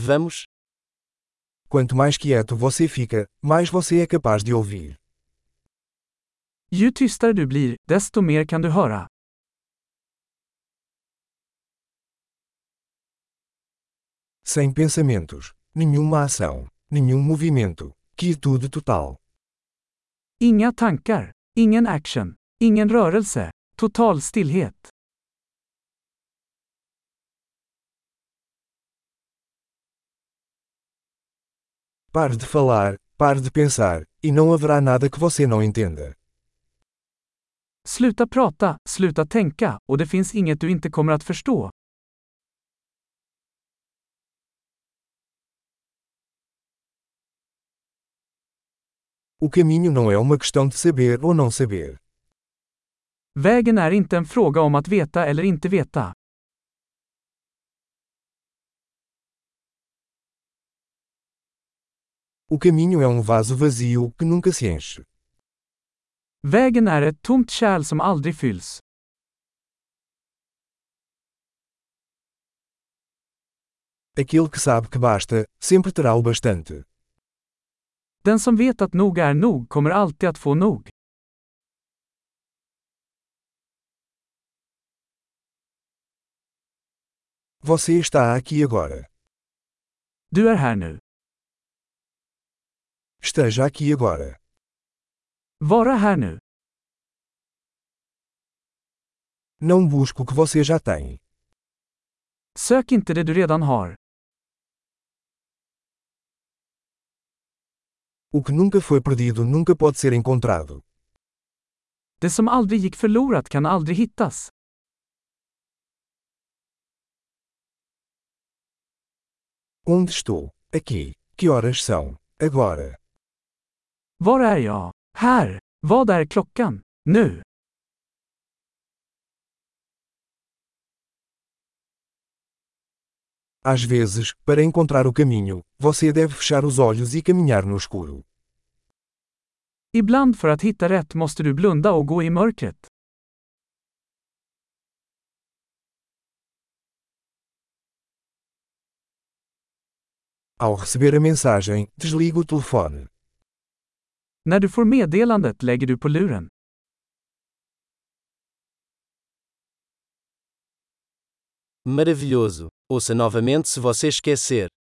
Vamos. Quanto mais quieto você fica, mais você é capaz de ouvir. Ju tystare du blir, desto mer kan du höra. Sem pensamentos, nenhuma ação, nenhum movimento, quietude total. Inga tankar, ingen action, ingen rörelse, total stillhet. Pare de falar, pare de pensar, e não haverá nada que você não entenda. Sluta prata, sluta tänka, och det finns inget du inte kommer att förstå. O caminho não é uma questão de saber ou não saber. Vägen är inte en fråga om att veta eller inte veta. O caminho é um vaso vazio que nunca se enche. Vägen är ett tomt kärl som aldrig fylls. Aquele que sabe que basta, sempre terá o bastante. Den som vet att nog är nog kommer alltid att få nog. Você está aqui agora. Du är här nu. Esteja aqui agora. Vara här nu. Não busque o que você já tem. Sök inte det du redan har. O que nunca foi perdido nunca pode ser encontrado. Det som aldrig gick förlorat kan aldrig hittas. Onde estou? Aqui. Que horas são? Agora. Var är jag? Här. Vad är klockan? Nu. Às vezes, para encontrar o caminho, você deve fechar os olhos e caminhar no escuro. Ibland för att hitta rätt måste du blunda och gå i mörkret. Ao receber a mensagem, desliga o telefone. När du får meddelandet lägger du på luren. Maravilhoso! Ouça novamente se você esquecer.